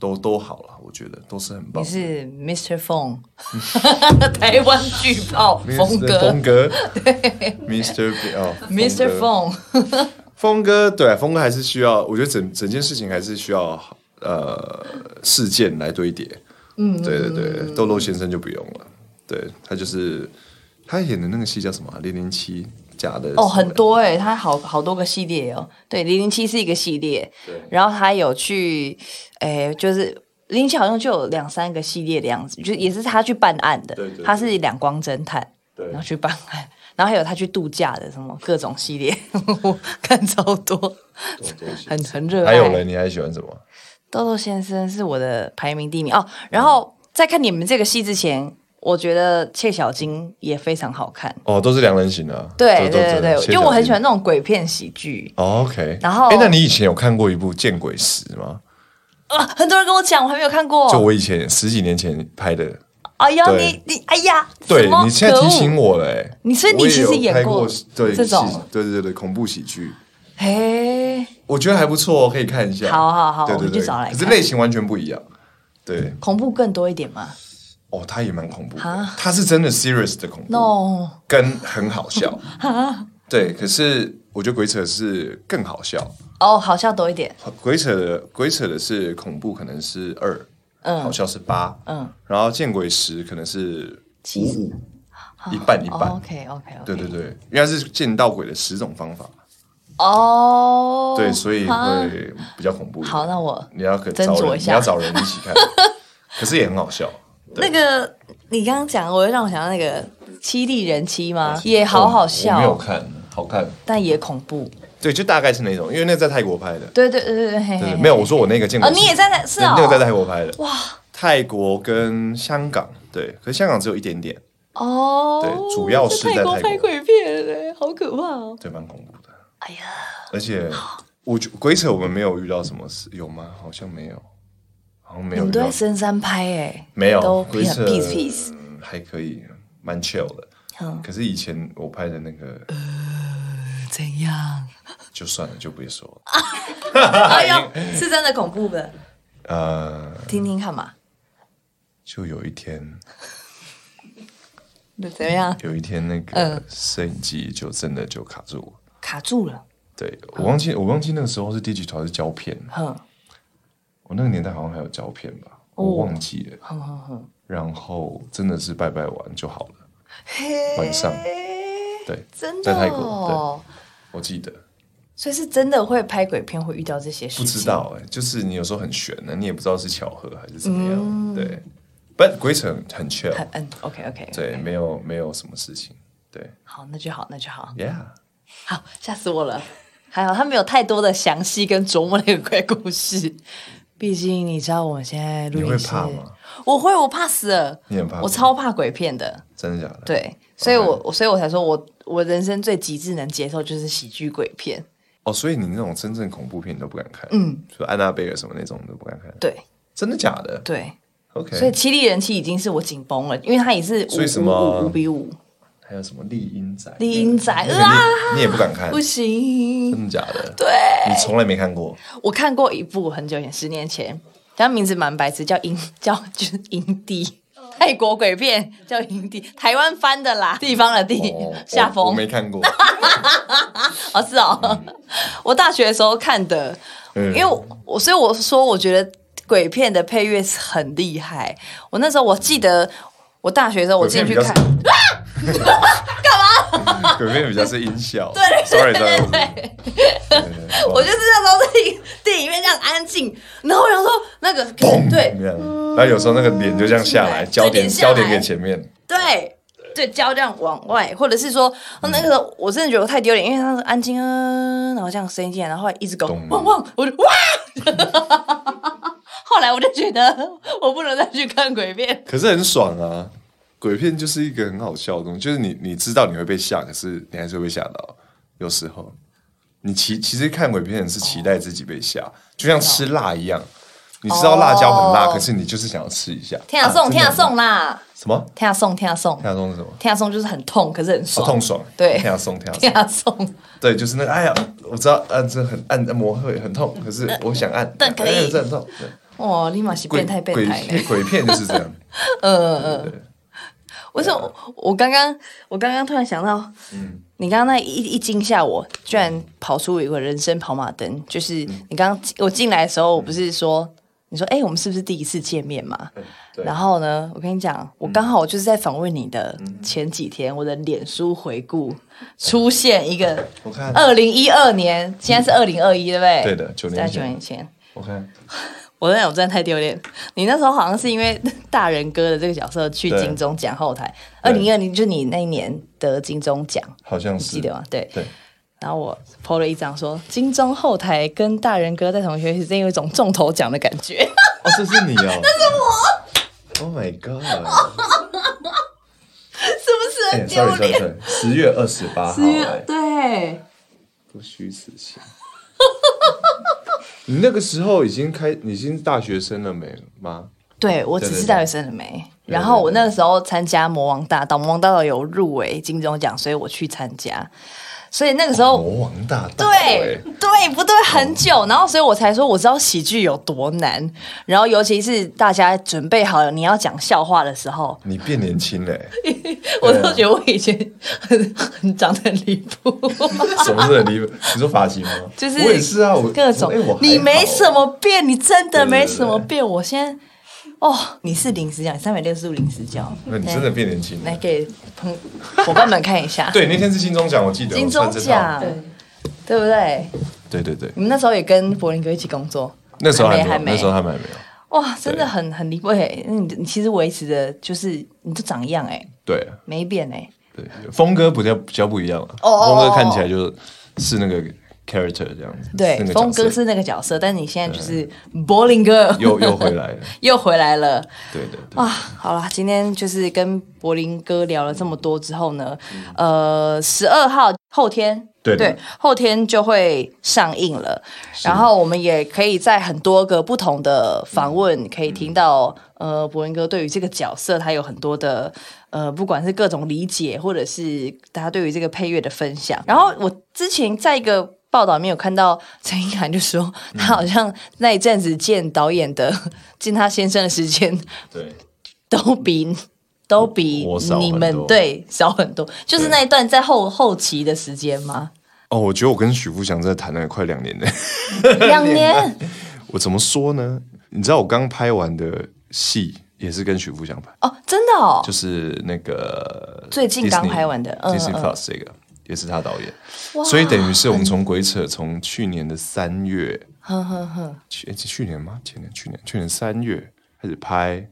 都都好了，我觉得都是很棒
你
的。
是 Mr.
[laughs]
Phone，台湾巨炮峰哥 [laughs]
峰哥，对，Mr. Bean 哦
，Mr.
峰哥
Phone，
峰哥，对啊，峰哥还是需要，我觉得整整件事情还是需要呃事件来堆叠。嗯，对对对，豆豆先生就不用了，对他就是他演的那个戏叫什么啊？零零七假的
哦，很多哎、欸，他好好多个系列哦。对，零零七是一个系列，然后他有去，哎、就是零零七好像就有两三个系列的样子，就也是他去办案的，
对对对
他是两光侦探，
对
然后去办案，然后还有他去度假的什么各种系列， [laughs] 我看超多，很很热爱。
还有嘞，你还喜欢什么？
豆豆先生是我的排名第一名哦。然后在看你们这个戏之前，我觉得切小金也非常好看。
哦，都是良人行啊。
对
都
对对对，因为我很喜。欢
都切小片
那种鬼片喜剧
哦 OK，
然后
哎，那你以前有看过一部《见鬼时》吗？
啊，很多人跟我讲，我还没有看过。
就我以前十几年前拍的，
哎呀，
对
你你哎呀，
对
什么
你现在提醒
可恶，
我了、欸，
你所以你其实
我也有
演
拍
过
过对
这种
戏对对对恐怖喜剧，
嘿，
我觉得还不错，哦可以看一下。
好好好
对
我
对
们
对，
去找来看
可是类型完全不一样。对，
恐怖更多一点嘛
哦，它也蛮恐怖的
哈，
它是真的 serious 的恐怖
？No，
跟很好
[laughs]
笑。对，可是我觉得鬼扯是更好笑，
哦，好笑多一点，
鬼扯的鬼扯的是恐怖，可能是二，好笑是八，
嗯，
然后见鬼十可能是五
七
五，一半一半。
OK OK 哦 OK，
对对，对，因为它是见到鬼的十种方法。
哦，
对，所以
哈
会比较恐怖一点。
好，那我
你要可
斟
找
酌
人，
一
你
下
要找人一起
[laughs]
看，可是也很好笑。
那个你刚刚讲，我又让我想到那个《七力人妻》吗？也
我
好好
我没有
笑，
看，好看。
但也恐怖。
对，就大概是那种，因为那在泰国拍的。
对对对对对嘿
对
嘿，
对，没有，我说我那个见过
哦，
是。
你也在那是
对
哦，
那个在泰国拍的。哇，泰国跟香港，对，可是香港只有一点点，
哦，
对主要是
泰
在泰国
拍鬼片嘞，好可怕哦！
对，蛮恐怖的。
哎呀，
而且
哦
我觉鬼扯，我们没有遇到什么事，有吗？好像没有，好像没
你
有
们
遇
都
到
在。深山拍哎，
没有，
都
鬼
很
扯
peace peace，
嗯还可以，蛮 chill 的。
嗯
可是以前我拍的那个，
怎样？
就算了，就别说了。
哎呦，是真的恐怖的，
呃，
听听看嘛，
就有一天，
怎么样？
有一天那个
嗯
摄影机就真的就卡住我。
卡住了，
对我忘记，我忘记那个时候是 digital 还是胶片，
哼
我那个年代好像还有胶片吧，
哦
我忘记了。
哼哼哼，
然后真的是拜拜完就好了，
嘿
晚上对，
真的
在泰
哦
国，我记得。
所以是真的会拍鬼片会遇到这些事
不
情，
知道哎、就是你有时候很悬呢、你也不知道是巧合还是怎么样。对，but 鬼扯很很 chill，
嗯很嗯，OK OK，
对，没有没有什么事情。对
好，那就好，那就好，
，yeah，
好，吓死我了。还好他没有太多的详细跟琢磨那个鬼故
[laughs]
事，毕竟你知道我们现在录
你会
音室，
怕吗？
我会，我怕死了，
你很怕
我超怕鬼片的，
真的假的？，
对，所以我所以我才说我我人生最极致能接受就是喜剧鬼片，
哦，所以你那种真正恐怖片你都不敢看，嗯，就安娜贝尔什么那种你都不敢看，
对
真的假的
对，
？OK，
所以七力人气已经是我紧绷了，因为它也是
所以什
五
么
五五比五，
还有什么丽英仔？
丽英仔
那个
啊
你你也不敢看
不，行，
真的假的？
对，
你从来没看过，
我看过一部很久以前，十年前，它名字蛮白痴，叫《营》， [laughs] 叫就是《营地》，泰国鬼片叫《营地》，台湾翻的啦，地方的地， [laughs]
哦
下
我我
风
没看过，
哦，是哦， [laughs] 我大学的时候看的，
嗯
因为我我所以我说我觉得鬼片的配乐是很厉害，我那时候我记得。我大学的时候，我进去
鬼片
看
[laughs]
[laughs]
比较， [laughs] 鬼片比较是音效，对
对
，sorry sorry，
我就是那时候在电影院这样安静，然后我想说那个
嘣
对
这样然后有时候那个脸就这样下来，
对
焦点
脸下来
焦点给前面，
对对，胶这样往外，或者是说、哦那个时候我真的觉得我太丢脸，因为他是安静呃啊，然后这样声音进来，然后后来一直搞
咚
汪汪，我就哇，好 [laughs] 后来我就觉得我不能再去看鬼片，
可是很爽啊！鬼片就是一个很好笑的东西，就是你你知道你会被吓，可是你还是会被吓到。有时候你其其实看鬼片是期待自己被吓，就像吃辣一样，你知道辣椒很辣，
哦
可是你就是想要吃一下。
天啊送，
真的
天啊
很辣
送啦，
什么？
天啊送，天啊送，
天啊送是什么？
天啊送就是很痛，可是很
哦
爽，
痛爽，
对
天啊送天啊
天
送，
啊送，
对，就是那个，哎呀，我知道按这很按按摩会很痛，可是我想按，
但可以
哎这很痛。对
哇，立马是
鬼
变态变态
鬼
嘞！
鬼片就是这样，
为什
啊
么我我刚刚我刚刚突然想到，
嗯
你刚刚那一一惊吓我，居然跑出一个人生跑马灯，就是
嗯
你刚刚我进来的时候，我不是说你说哎、我们是不是第一次见面嘛？
嗯对
然后呢，我跟你讲，我刚好我就是在访问你的
嗯
前几天，我的脸书回顾出现一个
我看
二零一二年，现在是二零二一，对不对？
对的九年
在
前
九年前，
我看
我那我真的太丢脸。你那时候好像是因为大人哥的这个角色去
对
金钟奖后台，二
对
零二零就是你那一年得金钟奖，
好像是
记得吗？对。
对，
然后我 PO 了一张说金钟后台跟大人哥在同学之间有一种中头奖的感觉。 [laughs]
哦，这是你哦，那是我。Oh my
[laughs]
god！
是不是
哎
很丢
，sorry sorry
脸？
sorry，十月二十八号，哎
对，
不虚此行。你那个时候已经开，你已经大学生了没吗？
对我只
对
是
对
大学生了没。
对
然后我那时候参加魔王大道，魔王大道有入围金钟奖，所以我去参加。所以那个时候，
魔王大道，
哦
哎
对对不对？很久，然后所以我才说我知道喜剧有多难。然后尤其是大家准备好了你要讲笑话的时
[laughs]
候，
你变年轻哎嘞，啊
我都觉得我以前很很长得很离
[laughs]
谱，
什么是很离谱？你说发型吗？
就是
我也是啊，我
各种
哎我还好
你没什么变，你真的
对对对
没什么变。我现在哦，你是临时讲三百六十度临时讲，
那你真的变年轻
来
了。
给朋伙伴们看一下，
[laughs] 对，那天是金钟奖，我记
[laughs]
得
金
我
钟
穿这套
奖，对不对？
对对对，
你们那时候也跟柏林哥一起工作，
那时候还没
还
有，
没
那时候还没有，
哇，真的很很离谱哎！那你你其实维持的就是你就长一样哎，
对
没变哎。
对，峰哥比较比较不一样啊，
哦哦
峰哥看起来就是那个 character 这样子，
对
那个，角色
峰哥是那个角色，但你现在就是柏林哥
又又回来了，
又回来了。
对对对，
哇，啊好啦，今天就是跟柏林哥聊了这么多之后呢，呃，十二号后天。
对的
后天就会上映了。然后我们也可以在很多个不同的访问，可以听到、呃，博文哥对于这个角色他有很多的呃，不管是各种理解，或者是他对于这个配乐的分享。然后我之前在一个。报道里面有看到陈意涵就说，
嗯
他好像那一阵子见导演的、见他先生的时间
对。
[laughs] 都比都比
我少很
你
多
们对少很多，就是
对
那一段在后后期的时间
[laughs]
吗？
哦，我觉得我跟许富祥在谈了快两年了。
两年
[laughs] 我怎么说呢？你知道我刚拍完的戏也是跟许富祥拍，
哦，真的哦，
就是那个
最近刚
Disney-
拍完的嗯
Disney
嗯
Plus 这个也是他导演，所以等于是我们从鬼扯从去年的三月，去诶去年吗？前年去年去年三月开始拍，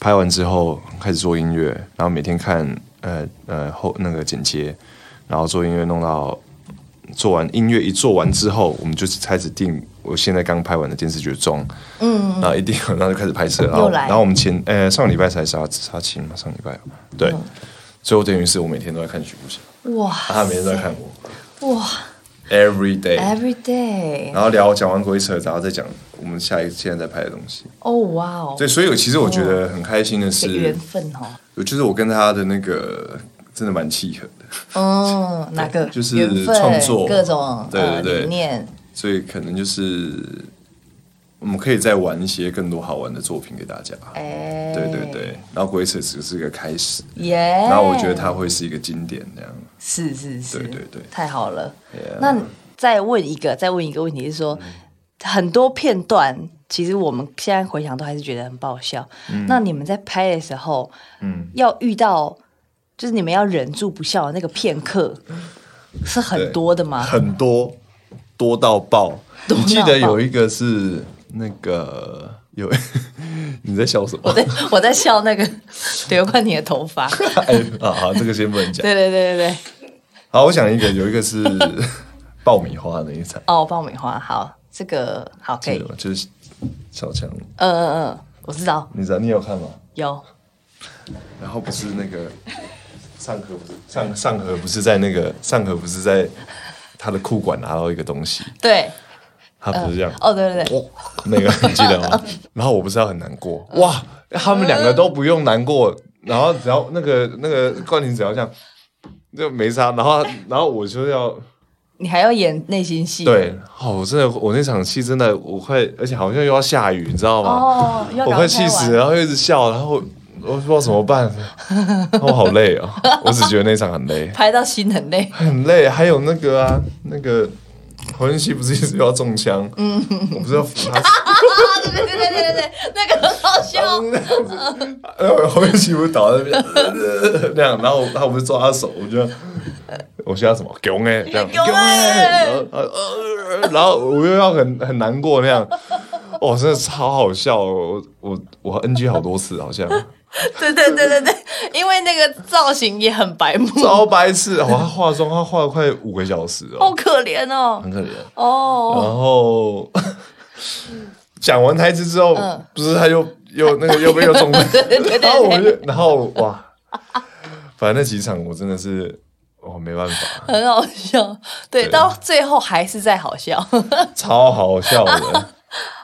拍完之后开始做音乐，然后每天看呃呃后那个剪接，然后做音乐弄到做完音乐一做完之后，我们就开始定我现在刚拍完的电视剧的妆，嗯，然后一定然后就开始拍摄，然
又
后
来
然后我们前呃上个礼拜才杀杀青嘛，上礼拜对，
嗯
所以我等于是我每天都在看徐
[laughs]
步侠，
哇
啊他每天都在看我
哇
，every day，
，every day，
然后聊讲完鬼扯，然后再讲我们下一现在在拍的东西，
哦哇哦，
对，所以我其实我觉得很开心的
这
是，
个缘分哦，
我就是我跟他的那个真的蛮契合的，
嗯，哪个
就是
缘分
创作
各种
对
呃
对对
理念，
所以可能就是我们可以再玩一些更多好玩的作品给大家。
哎，
对对，对，然后鬼扯只是一个开始，
耶，
然后我觉得它会是一个经典这样。
是是是，
对对对
太好了。
Yeah 嗯
那再问一个，再问一个问题是说，很多片段其实我们现在回想都还是觉得很爆笑。
嗯
那你们在拍的时候，嗯，要遇到就是你们要忍住不笑的那个片刻，是很多的吗？
很多多到爆。
多到爆
你记得有一个是那个有 [laughs] 你在笑什么
我？ [laughs] 在我在笑那个刘冠廷的头
[laughs]
发，
哎，好好，这个先不能讲。
对对对对对，
好，我想一个，有一个是爆米花那一场，
[laughs] 哦，爆米花，好，这个好可
记
以
得，吗？就是小强，
嗯嗯嗯，我知道
你知道你有看吗？
有，
然后不是那个上河不是上上河不是在那个上河不是在他的裤管拿到一个东西，
对，
他不是这样，
哦对对对，
哦，那个你记得吗？然后我不是要很难过，哇，他们两个都不用难过，然后只要那个那个冠霖只要这样就没差，然后然后我就要。
你还要演内心戏，，
对，哦，我真的，我那场戏真的，我快，而且好像又要下雨，你知道吗？
哦，要
我
赶
快啊
快
气死，
了，
然后一直笑，然后我不知道怎么 [laughs] 办，我好累哦，我只觉得那场很 [laughs] 累，
拍到心很累，
很累。还有那个啊，那个黄仁熙不是一直要中枪，嗯，我不知道扶他，
[laughs] 对对对对对对，那个很好笑，
呃，黄仁熙不是倒在那边呃那样，然后他不是抓他手，我就。我现在什么囧哎，这样
囧欸
欸然后呃，呃然后我又要很很难过那样，哦，真的超好笑哦，我我我 NG 好多次，好像。
对对对对对， [laughs] 因为那个造型也很白目，
超白痴！哦，他化妆，他化了快五个小时哦，
好可怜哦，
很可怜。
哦，
然后讲完台词之后，不是他又又那个又被又中了，
对对对
然后我就然后哇，反正那几场我真的是我没办法，
很好笑，对，
对
到最后还是在好
[laughs]
笑，
超好笑的。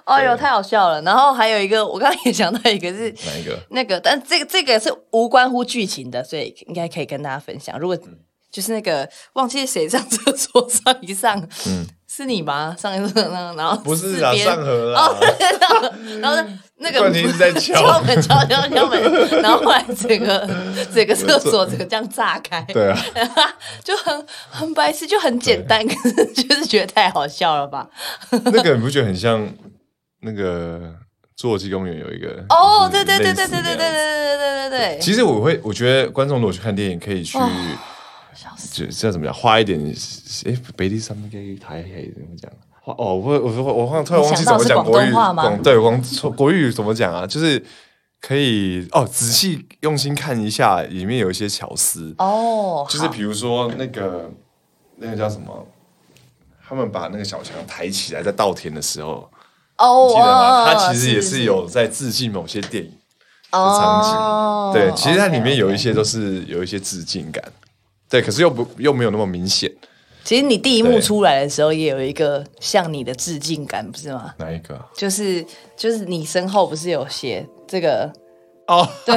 哎呦，
对
太好笑了。然后还有一个，我刚刚也想到一个是
哪一个？
那个，但这个这个是无关乎剧情的，所以应该可以跟大家分享。如果
嗯
就是那个忘记谁上厕所上一上，嗯，是你吗？上一上上，然后
不是啦，
四边
上河啦
哦，，对上河然后呢那个
啊冠廷一直在敲
[laughs] 敲门敲敲敲门，然后后来整
[laughs]
个整个厕所整个这样炸开，
对啊，
就很很白痴，就很简单， [laughs] 可是就是觉得太好笑了吧？
那个你不觉得很像那个侏罗纪公园有一个？
哦，
就
对
是
对对
类
对
似
对对对
那样子
对对对对对，
其实我会，我觉得观众如果去看电影，可以去
哦，死
就这怎么讲，花一点，诶，北地三给台黑怎么讲？花哦，我我我我好像突然忘记怎么讲国
你想到是广
语，
东话吗
对，广错国语怎么讲啊？就是可以哦，仔细用心看一下，里面有一些巧思，
哦，
就是比如说那个那个叫什么，他们把那个小强抬起来，在稻田的时候，
哦，
记得吗？
哦
他其实也是有在致敬某些电影。场景
哦，
对，其实它里
OK，OK
面有一，些都是有一些致敬感，对，可是又不又没有那么明显。
其实你第一幕
对
出来的时候也有一个向你的致敬感，不是吗？
哪一个、啊？
就是就是你身后不是有写这个？
哦，
对，
[laughs]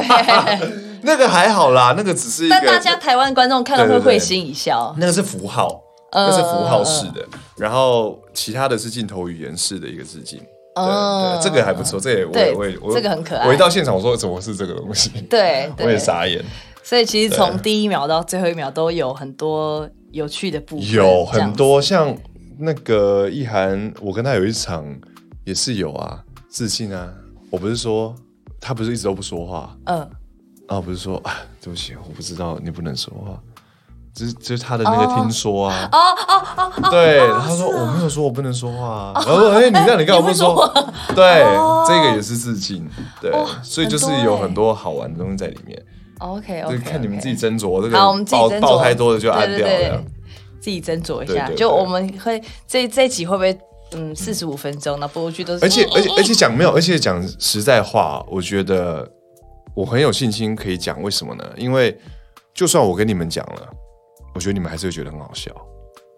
那个还好啦，那个只是一个，
但大家台湾观众看到
对
会
对对
会心一笑。
那个是符号，
呃
那是符号式的，然后其他的是镜头语言式的一个致敬。对
嗯
对，这个还不错，这个也我也
对
我也我
这个很可爱
我一到现场，我说怎么是这个东西？
对，对
我也傻眼。
所以其实从第一秒到最后一秒都有很多有趣的部分，
有
这样
很多像那个意涵，我跟他有一场也是有啊，自信啊。我不是说他不是一直都不说话，
嗯，
啊，不是说啊，对不起，我不知道你不能说话，就是就是他的那个听说啊，哦哦哦，对，他
啊
说我没有说我不能说话啊，
哦
然后说哎，你那
[laughs]
你干嘛不说？对，这个也是致敬，对，所以就是
很多
有
欸
很多好玩的东西在里面，
OK
就
OK，
是看你们自己斟酌，这
好，我们自
个
己
爆
斟酌，
爆太多的就按
对
掉
对对
了。
自己斟酌一
对
下。
对对
就我们会这这一集会不会嗯四十五分钟？那播出去都是，
而且而且而且讲没有，而且讲实在话，我觉得我很有信心可以讲。为什么呢？因为就算我跟你们讲了，我觉得你们还是会觉得很好笑，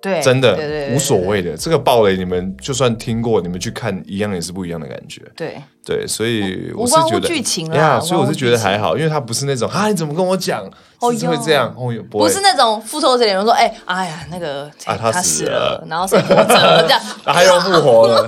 对
真的
对对对
无所谓的。这个暴雷，你们就算听过，你们去看一样也是不一样的感觉。
对。
对，所以
无
我是
关乎
觉得
剧情啦无
呀，
关
所以我
乎
是
剧
觉得
情
还好，因为他不是那种啊，你怎么跟我讲
哦
是会
哟
这样，哦哟，不
不
会
是那种复仇者联盟说，哎、哎呀，那个
啊他
死
死了
然后谁活着
[laughs]
这样，
啊还有复活
[laughs]
了，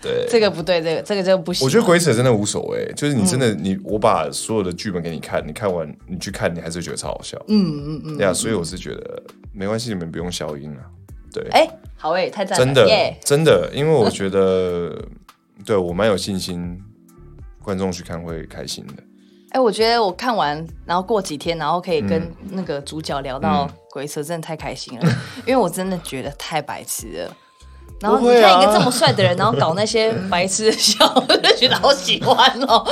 对，
这个不对，这个这个就不行。
我觉得鬼扯真的无所谓，就是你真的、你我把所有的剧本给你看，你看完你去看，你还是觉得超好笑。嗯嗯嗯，对啊，所以我是觉得没关系，你们不用消音啊。对，
哎、好诶、太赞了，
真的、
耶
真的，因为我觉得 [laughs] 对我蛮有信心，观众去看会开心的。
哎、我觉得我看完，然后过几天，然后可以跟
嗯
那个主角聊到鬼扯，真的太开心了， [laughs] 因为我真的觉得太白痴了。然后
不
你
会
[laughs]
啊
看一个这么帅的人，然后搞那些白痴的笑，我就觉得好喜欢哦。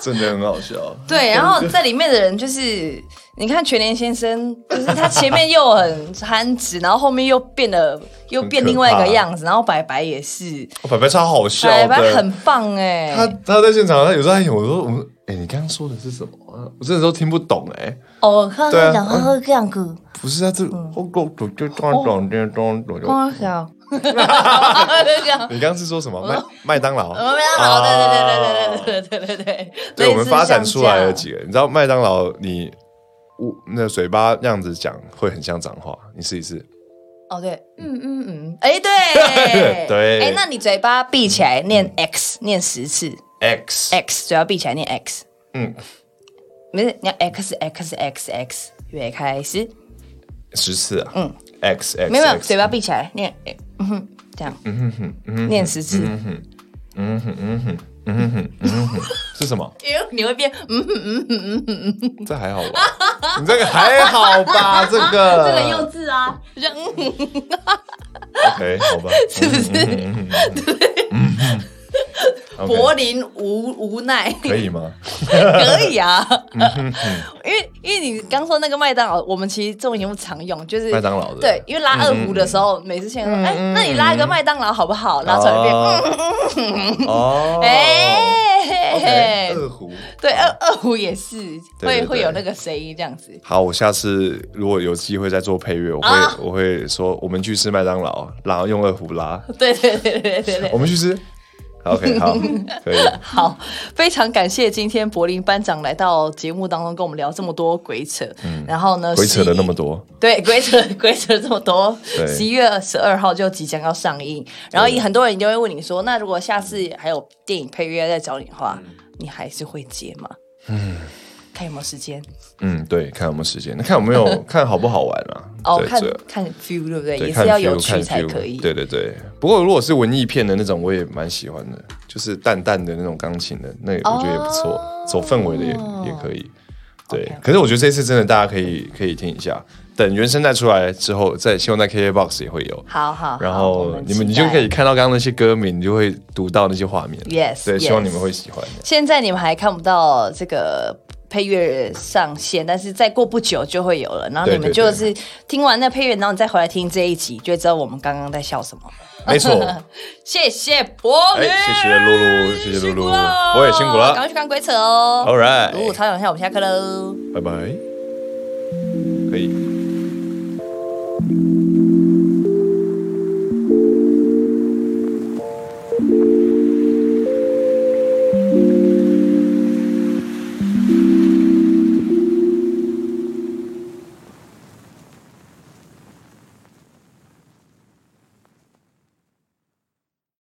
真的很好笑。
对，然后在里面的人就是，你看全联先生，就是他前面又很憨直，然后后面又变得又变另外一个样子，然后白白也是，
我白白超好笑
白
的，
白很棒哎、
他他在现场，他有时候还有我说我们，哎、你刚刚说的是什么啊？我真的都听不懂哎、
哦，看
对啊
他讲呵呵这样子，
不是啊，这哦咚咚咚咚咚咚咚咚
光
咚。
[laughs] 小，就这样。
你刚刚是说什么？麦嗯麦当劳，
我们好，对对对对对对对对对
对，我们发展出来了
了
几个人。你知道麦当劳，你我那嘴巴那样子讲会很像脏话，你试一试。
哦，对，嗯嗯嗯，哎，对
对
哎，那你嘴巴闭起来念 x 念十次
X，
x，嘴巴闭起来念 x，
嗯，
没事，你要 x x x x，预备开始，
十次啊，嗯，X X，
没有没有，
X
嘴巴闭起来念，哎嗯哼，这样，嗯哼哼，念十次，
是什么？
因为你会变，嗯，
这还好吧？你这个还好吧？这
这
个
个幼稚啊，就嗯，
OK，好吧，
是不是？
OK，
柏林无无奈，
可以吗？
可以啊，因为因为你刚说那个麦当劳，我们其实综艺节目常用，就是
麦当劳的
对，因为拉二胡的时候，每次现在说，哎，那你拉一个麦当劳好不好？拉出来变，
哦，
哎
OK，，二胡。
对，二二胡也是
对
会
对
会有那个声音这样子，
好，我下次如果有机会再做配乐，我会、
啊
我会说我们去吃麦当劳，然后用二胡拉，
对对对对对对，
我们去吃。OK，好，
[laughs]
可以。
好，非常感谢今天柏林班长来到节目当中跟我们聊这么多鬼扯，然后呢，
鬼扯了那么
11
多，
对， [laughs] 鬼扯鬼扯这么多，
对
十一月十二号就即将要上映，然后也很多人就会问你说，那如果下次还有电影配乐再找你的话，你还是会接吗？嗯，看有没有时间
嗯，对，看有没有时间，看有
[laughs]
没有看好不好玩啊？
哦，
对
看
这
看 feel 对不对？
对，
也
看
是要有
feel，
趣
看
才
feel
可以。
对对对，不过如果是文艺片的那种，我也蛮喜欢的，就是淡淡的那种钢琴的，那我觉得也不错，走氛围的也也可以。对
哦 OK，OK
可是我觉得这次真的大家可以可以听一下，等原声带出来之后，再希望在 KKBOX 也会有。
好好，
然
好我
后你们你
期
就
待
可以看到刚刚那些歌名，你就会读到那些画面。
Yes，
对
yes
希望你们会喜欢的。
现在你们还看不到这个配乐上线，但是再过不久就会有了。然后你们
对对
就
对
是听完那配乐，然后你再回来听这一集，就会知道我们刚刚在笑什么。
没
[laughs]
错，
谢谢柏林，
哎谢谢露露谢谢露露
辛苦了
我也辛苦了
赶快去看鬼扯哦。
All right
如果超想一下，我们下课喽。
拜拜，可以。